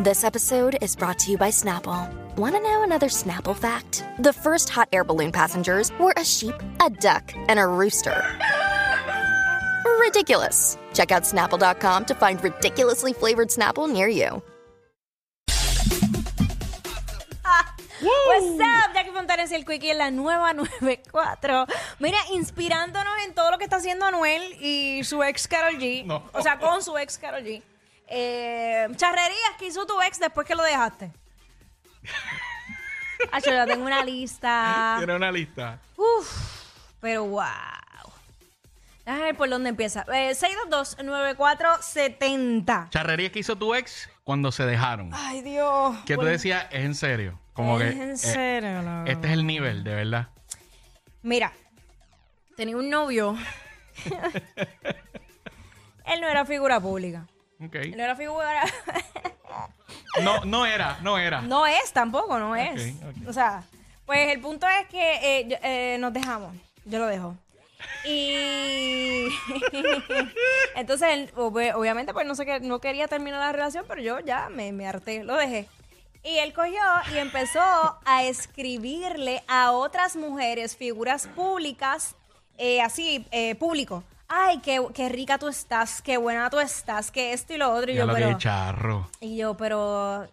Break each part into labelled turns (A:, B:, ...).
A: This episode is brought to you by Snapple. Want to know another Snapple fact? The first hot air balloon passengers were a sheep, a duck, and a rooster. Ridiculous. Check out snapple.com to find ridiculously flavored Snapple near you.
B: What's up, Jackie Fontanes y el Quickie en la nueva 94. Mira, inspirándonos en todo lo que está haciendo Anuel y su ex Carol G.
C: No.
B: O sea, con su ex Carol G. Eh, charrerías que hizo tu ex después que lo dejaste. Ah, yo tengo una lista.
C: Tiene una lista.
B: Uf, pero wow. Déjame ver por dónde empieza. Eh, 622-9470.
C: Charrerías que hizo tu ex cuando se dejaron.
B: Ay, Dios.
C: Que tú
B: Bueno,
C: decías, es en serio. Como
B: es
C: que. eh,
B: en serio, la
C: este es el nivel, de verdad.
B: Mira, tenía un novio. Él no era figura pública.
C: Ok.
B: Él no era figura.
C: No, no era, no era.
B: no es tampoco, no es.
C: Ok, ok.
B: O sea, pues el punto es que eh, yo- eh, nos dejamos. Yo lo dejo. Y entonces él, ob- obviamente, pues no sé que no quería terminar la relación, pero yo ya me, me harté, lo dejé. Y él cogió y empezó a escribirle a otras mujeres, figuras públicas, eh, así, eh, público. Ay, qué, qué rica tú estás, qué buena tú estás, que esto y lo otro. Y
C: Ya
B: yo,
C: lo que
B: pero,
C: charro.
B: y yo, pero,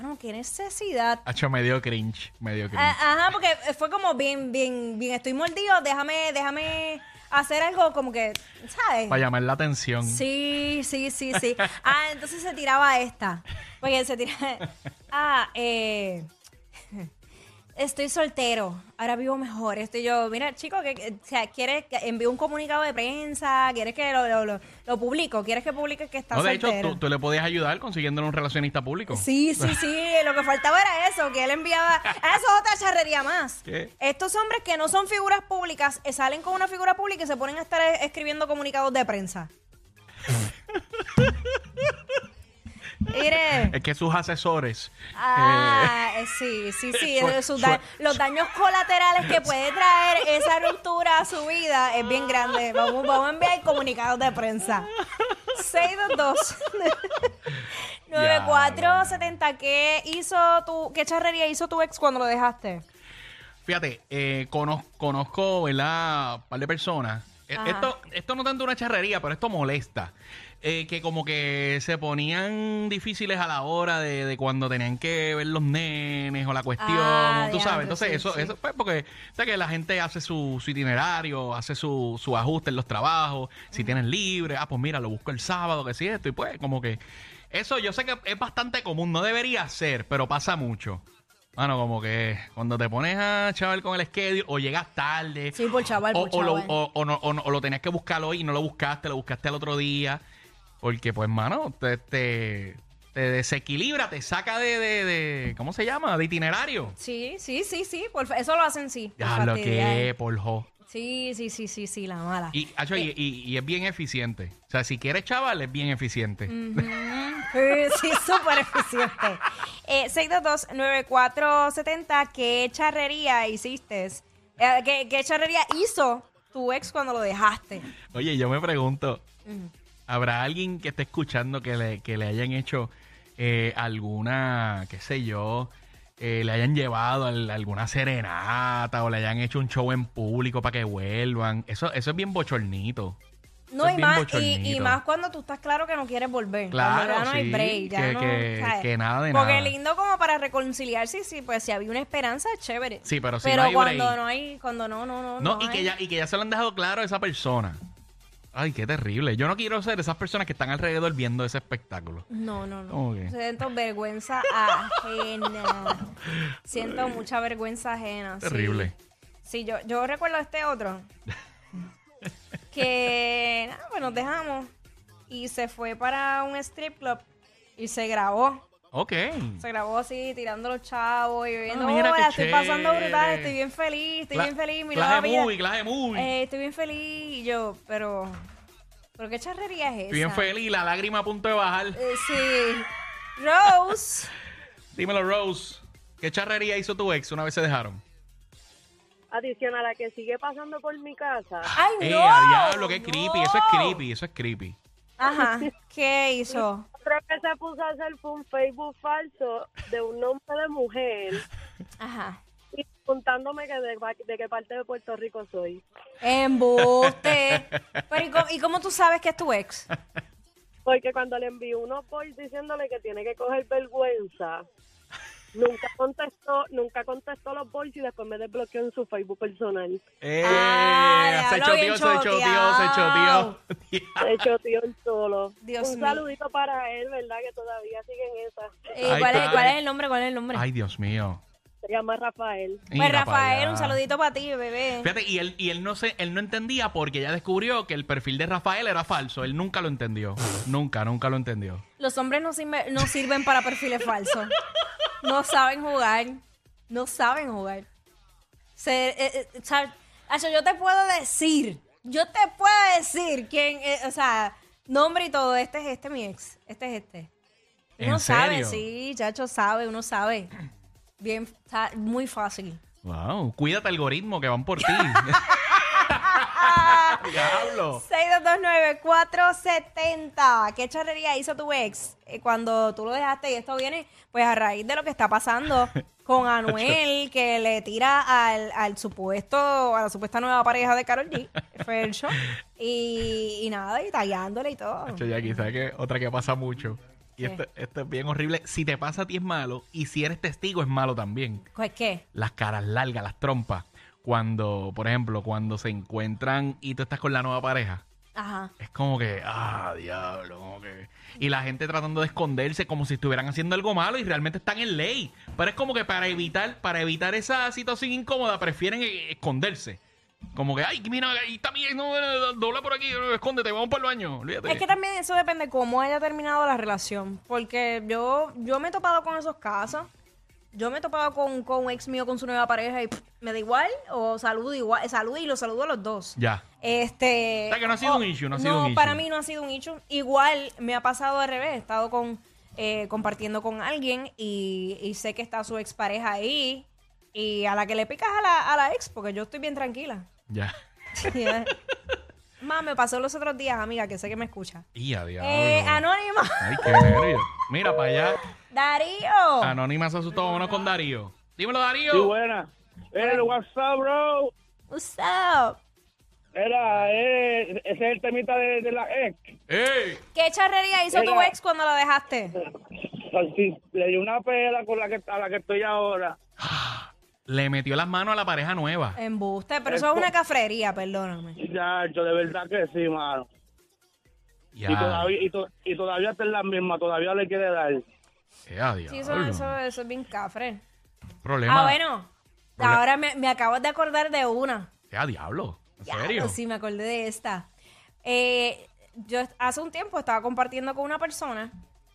B: mano, qué necesidad.
C: Hacho medio cringe. Medio cringe.
B: Ah, Ajá, porque fue como bien, bien, bien, estoy mordido, déjame, déjame hacer algo como que, ¿sabes?
C: Para llamar la atención.
B: Sí, sí, sí, sí. Ah, entonces se tiraba esta. Porque se tiraba. Ah, eh. Estoy soltero, ahora vivo mejor. Estoy yo, mira, chico, que, que- o sea, ¿quieres que envíe un comunicado de prensa? ¿Quieres que lo, lo, lo- lo publico? ¿Quieres que publique que estás
C: No, de hecho,
B: soltero?
C: tú, tú le podías ayudar consiguiéndole un relacionista público.
B: Sí, sí, sí. Lo que faltaba era eso, que él enviaba. Ah, Eso es otra charrería más.
C: ¿Qué?
B: Estos hombres que no son figuras públicas eh, salen con una figura pública y se ponen a estar eh, escribiendo comunicados de prensa. Mire.
C: Es que sus asesores.
B: Ah, eh, sí, sí, sí.
C: Sue-
B: sus da-
C: sue-
B: los daños colaterales que puede traer esa ruptura a su vida es bien grande. Vamos, vamos a enviar comunicados de prensa. 622 9470 ¿Qué hizo tu qué charrería hizo tu ex cuando lo dejaste?
C: Fíjate, eh, conoz- conozco, ¿verdad? Un par de personas. E-
B: Ajá.
C: Esto, esto no tanto una charrería, pero esto molesta. Eh, que como que se ponían difíciles a la hora de, de cuando tenían que ver los nenes o la cuestión,
B: Ah,
C: tú
B: diantre,
C: sabes. Entonces,
B: sí,
C: eso,
B: sí.
C: eso pues, porque o sea, que la gente hace su, su itinerario, hace su, su ajuste en los trabajos, si tienen libre, ah, pues mira, lo busco el sábado, que si esto, y pues como que... Eso yo sé que es bastante común, no debería ser, pero pasa mucho. Mano, como que cuando te pones a chaval con el schedule o llegas tarde.
B: Sí, por chaval,
C: o,
B: por
C: o lo,
B: chaval.
C: o- o no- o no- o lo tenías que buscar hoy y no lo buscaste, lo buscaste al otro día. Porque, pues, mano, te, te, te desequilibra, te saca de, de, de- ¿Cómo se llama? De itinerario.
B: Sí, sí, sí, sí, por fa- eso lo hacen sí. por
C: Ya lo
B: fastidiar.
C: que, porjo.
B: Sí, sí, sí, sí, sí, la mala.
C: Y, acho, y, y- y es bien eficiente. O sea, si quieres chaval, es bien eficiente.
B: Mm. Eh, Sí, súper eficiente. Eh, 622-9470, ¿qué charrería hiciste? Eh, ¿qué, qué charrería hizo tu ex cuando lo dejaste?
C: Oye, yo me pregunto, ¿habrá alguien que esté escuchando que le, que le hayan hecho eh, alguna, qué sé yo, eh, le hayan llevado al- alguna serenata o le hayan hecho un show en público para que vuelvan? Eso, eso es bien bochornito.
B: No,
C: Eso es
B: y
C: bien
B: más, y- y,
C: bochornito.
B: más cuando tú estás claro que no quieres volver.
C: Claro,
B: Cuando ya no hay
C: sí,
B: break, ya
C: que-
B: no,
C: que-
B: ¿sabes?
C: que nada de
B: Porque
C: nada.
B: lindo como para reconciliarse, sí, pues si había una esperanza, es chévere.
C: Sí, pero si no hay
B: cuando
C: break.
B: no hay, cuando no, no, no.
C: No, y,
B: hay.
C: que ya, y que ya se lo han dejado claro a esa persona. Ay, qué terrible. Yo no quiero ser esas personas que están alrededor viendo ese espectáculo.
B: No, no, no.
C: ¿Cómo que?
B: Siento vergüenza ajena. Siento mucha vergüenza ajena. sí.
C: Terrible.
B: Sí, yo, yo recuerdo este otro. que nada, pues nos dejamos. Y se fue para un strip club y se grabó.
C: Ok.
B: Se grabó así, tirando los chavos y viendo,
C: Ah, mira
B: "Oh,
C: qué
B: la estoy pasando
C: chévere".
B: brutal, estoy bien feliz, estoy
C: Cla-
B: bien feliz, mira la
C: Clase
B: vida.
C: movie, clase movie.
B: Eh, estoy bien feliz y yo, pero... ¿Pero qué charrería es esa?
C: Estoy bien feliz, la lágrima a punto de bajar.
B: Eh, sí. Rose.
C: Dímelo, Rose. ¿Qué charrería hizo tu ex una vez se dejaron?
D: adicional a que sigue pasando por mi casa,
B: ¡Ay,
C: ¡Eh,
B: no!
C: a diablo! ¡Qué creepy! Eso es
B: no.
C: creepy, eso es creepy.
B: Ajá. ¿Qué hizo?
D: Otro que se puso a hacer fue un Facebook falso de un nombre de mujer
B: Ajá.
D: y contándome que de, de qué parte de Puerto Rico soy.
B: Embuste. Pero ¿y cómo, y cómo tú sabes que es tu ex?
D: Porque cuando le envió unos boys diciéndole que tiene que coger vergüenza, nunca contestó, nunca contestó los boys y después me desbloqueó en su Facebook personal.
C: Eh,
B: Ah,
C: se
B: diablo, bien
C: choteó, se choteó, se choteó.
D: De hecho, tío, el solo.
B: Dios
D: un
B: mío.
D: saludito para él, ¿verdad? Que todavía sigue en esa.
B: Eh,
C: Ahí
B: ¿cuál, es,
C: está.
B: cuál es el nombre? ¿Cuál es el nombre?
C: Ay, Dios mío.
D: Se llama Rafael.
B: pues
C: Mira pa'
B: Rafael,
C: allá.
B: un saludito para ti, bebé.
C: Fíjate, y él, y él no se, él no entendía porque ya descubrió que el perfil de Rafael era falso. Él nunca lo entendió. nunca, nunca lo entendió.
B: Los hombres no, sirve- no sirven para perfiles falsos. No saben jugar. No saben jugar. Se, eh, eh, sa- Acho, yo te puedo decir. Yo te puedo decir quién. eh, o sea, nombre y todo. Este es este, mi ex. Este es este.
C: ¿En
B: Uno sabe,
C: serio?
B: sí, chacho sabe, uno sabe. Bien, está muy fácil.
C: Wow, cuídate algoritmo que van por ti. Diablo.
B: 6229470. ¿Qué charrería hizo tu ex eh, cuando tú lo dejaste? Y esto viene pues a raíz de lo que está pasando con Anuel, que le tira al, al supuesto, a la supuesta nueva pareja de Carol G, Fercho, y, y nada, y tallándole y todo.
C: Yo ya quizá que otra que pasa mucho. Y esto, esto es bien horrible. Si te pasa a ti es malo y si eres testigo es malo también.
B: Pues qué,
C: Las caras largas, las trompas. Cuando, por ejemplo, cuando se encuentran y tú estás con la nueva pareja.
B: ajá.
C: Es como que, ah, diablo, como que... Y la gente tratando de esconderse como si estuvieran haciendo algo malo y realmente están en ley. Pero es como que para evitar, para evitar esa situación incómoda, prefieren eh, esconderse. Como que, ay, mira, ahí está mi ex, no, eh, dobla por aquí, eh, escóndete, vamos para el baño, olvídate.
B: Es que también eso depende de cómo haya terminado la relación. Porque yo, yo me he topado con esos casos. Yo me he topado con, con un ex mío con su nueva pareja y pff, me da igual. O saludo igual, eh, saludo y lo saludo a los dos.
C: Ya.
B: Este.
C: O sea, que no ha sido un issue, no ha sido un issue.
B: para mí no ha sido un issue. Igual me ha pasado al revés. He estado con, eh, compartiendo con alguien y, y sé que está su expareja ahí. Y a la que le picas a la, a la ex, porque yo estoy bien tranquila.
C: Ya.
B: Más, me pasó los otros días, amiga, que sé que me escucha.
C: Y a diablo.
B: Eh, anónimo.
C: Ay, qué nervio. Mira, para allá,
B: Darío.
C: Anónima se asustó, vámonos con Darío. Dímelo, Darío.
E: Sí, buena. El WhatsApp, bro.
B: What's up?
E: Era, eh, ese es el temita de, de la ex.
C: ¡Ey!
B: ¿Qué charrería hizo tu
E: Mira.
B: ex cuando lo dejaste?
E: Así, Le di una pela con la que, a la que estoy ahora.
C: Le metió las manos a la pareja nueva.
B: Embuste, pero eso es una cafrería, perdóname.
E: Ya, yo de verdad que sí, mano.
C: Ya.
E: Y, todavía, y, to- y todavía está en la misma, todavía le quiere dar.
C: Ya,
B: Sí, eso,
C: diablo.
B: eso, eso es bien cafre.
C: Problema.
B: Ah, bueno.
C: Problema.
B: Ahora me, me acabo de acordar de una.
C: Ya, diablo. ¿En serio?
B: pues Sí, me acordé de esta. Eh, yo hace un tiempo estaba compartiendo con una persona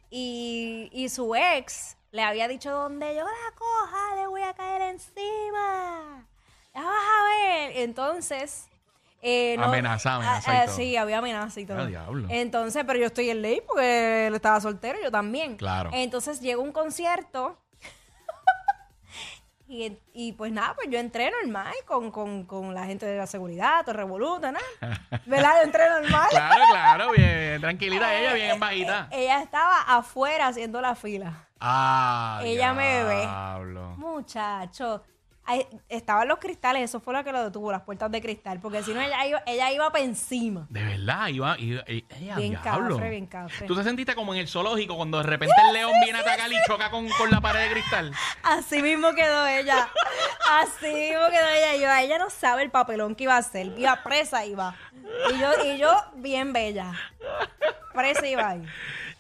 B: y, y su ex le había dicho donde yo la coja, le voy a caer encima. Ya vas a ver. Entonces... Eh,
C: Amenaza, amenaza y
B: Ah, ah,
C: todo.
B: Sí, había amenaza y todo.
C: Ah, diablo.
B: Entonces, pero yo estoy en ley porque él estaba soltero, yo también.
C: Claro.
B: Entonces llegó un concierto y, y pues nada, pues yo entré normal con, con, con la gente de la seguridad, todo revoluta, nada. ¿Verdad? Yo entré normal.
C: Claro, claro, bien. Tranquilita ella, bien bajita.
B: Ella estaba afuera haciendo la fila.
C: Ah,
B: eh. Ella me ve.
C: diablo.
B: Muchacho. ahí estaban los cristales, eso fue lo que lo detuvo, las puertas de cristal, porque si no ella iba, ella iba para encima.
C: De verdad, iba, iba- i- ella,
B: Bien
C: diablo.
B: cafre, bien cafre.
C: Tú te sentiste como en el zoológico cuando de repente el león viene a atacar y choca con, con la pared de cristal.
B: Así mismo quedó ella. Así mismo quedó ella. Y Yo, ella no sabe el papelón que iba a hacer. Iba presa, iba. Y yo, y yo bien bella. Presa iba ahí.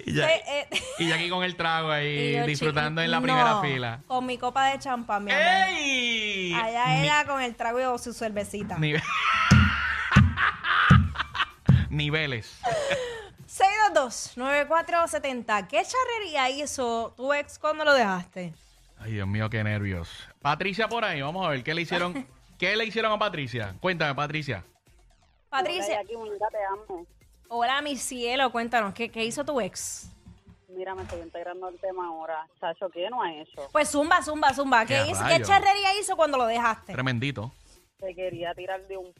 C: Y ya,
B: Eh, eh.
C: y ya aquí con el trago ahí,
B: Y yo,
C: disfrutando
B: chiqui-
C: en la primera
B: no,
C: fila.
B: Con mi copa de champán, mi amor.
C: ¡Ey!
B: Allá ella con el trago y su cervecita.
C: Nive- Niveles.
B: 622-9470. ¿Qué charrería hizo tu ex cuando lo dejaste?
C: Ay, Dios mío, qué nervios. Patricia por ahí, vamos a ver qué le hicieron. ¿Qué le hicieron a Patricia? Cuéntame, Patricia.
B: Patricia.
D: Hola, Jackie, mira, te amo.
B: Hola, mi cielo. Cuéntanos, ¿qué, qué hizo tu ex?
D: Mira, me estoy integrando al tema ahora. Chacho, ¿qué no ha hecho?
B: Pues zumba, zumba, zumba. ¿Qué,
C: ¡Qué
B: hizo- qué
C: rayos!
B: charrería hizo cuando lo dejaste?
C: Tremendito.
D: se quería tirar de un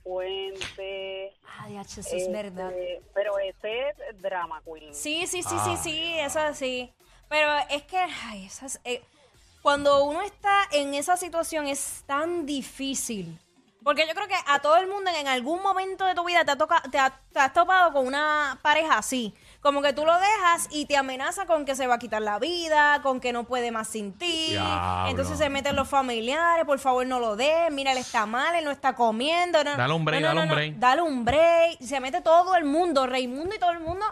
D: puente.
B: Ay, eso
D: este,
B: es verdad.
D: Pero ese es drama queen.
B: Sí, sí, sí,
C: Ay,
B: sí, sí, eso sí. Pero es que, ay, esas, eh, cuando uno está en esa situación es tan difícil. Porque yo creo que a todo el mundo en algún momento de tu vida te, ha toca- te, ha- te has topado con una pareja así. Como que tú lo dejas y te amenaza con que se va a quitar la vida, con que no puede más sin ti.
C: Diablo.
B: Entonces se meten los familiares, por favor no lo des, mira, él está mal, él no está comiendo. No,
C: Dale un break,
B: no, no,
C: dale un
B: no, no.
C: break.
B: Dale un break. Se mete todo el mundo, Raimundo y todo el mundo.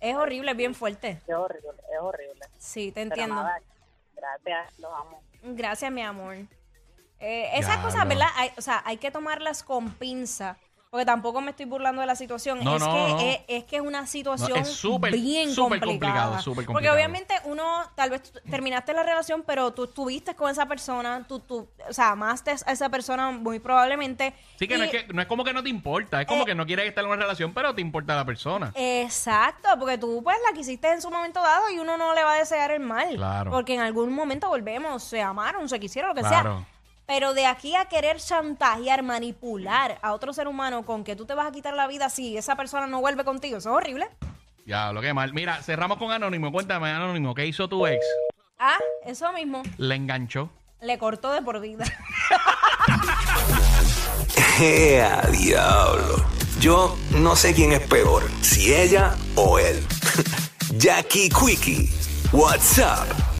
B: Es horrible, es bien fuerte.
D: Es horrible, es horrible.
B: Sí, te
D: Pero
B: entiendo.
D: nada, gracias, los amo.
B: Gracias, mi amor. Eh, esas
C: Ya,
B: cosas,
C: no.
B: ¿verdad? Hay- o sea, hay que tomarlas con pinza. Porque tampoco me estoy burlando de la situación.
C: No,
B: es,
C: no,
B: que,
C: no.
B: Es, es que es una situación
C: es súper,
B: bien
C: súper complicado,
B: complicada.
C: súper
B: Porque
C: complicado.
B: obviamente uno, tal vez tú terminaste la relación, pero tú estuviste con esa persona, tú, tú, o sea, amaste a esa persona muy probablemente.
C: Sí, que, no
B: Y-
C: es que no es como que no te importa, es como
B: Eh,
C: que no quieres estar en una relación, pero te importa la persona.
B: Exacto, porque tú pues la quisiste en su momento dado y uno no le va a desear el mal.
C: Claro.
B: Porque en algún momento volvemos, se amaron, se quisieron, lo que
C: Claro.
B: sea. Pero de aquí a querer chantajear, manipular a otro ser humano con que tú te vas a quitar la vida si esa persona no vuelve contigo, eso es horrible.
C: Ya, lo que mal. Mira, cerramos con Anónimo. Cuéntame, Anónimo, ¿qué hizo tu ex?
B: Ah, eso mismo,
C: Le enganchó.
B: le cortó de por vida.
F: ¡Ea, ¡Eh, diablo! Yo no sé quién es peor, si ella o él. Jackie Quickie, WhatsApp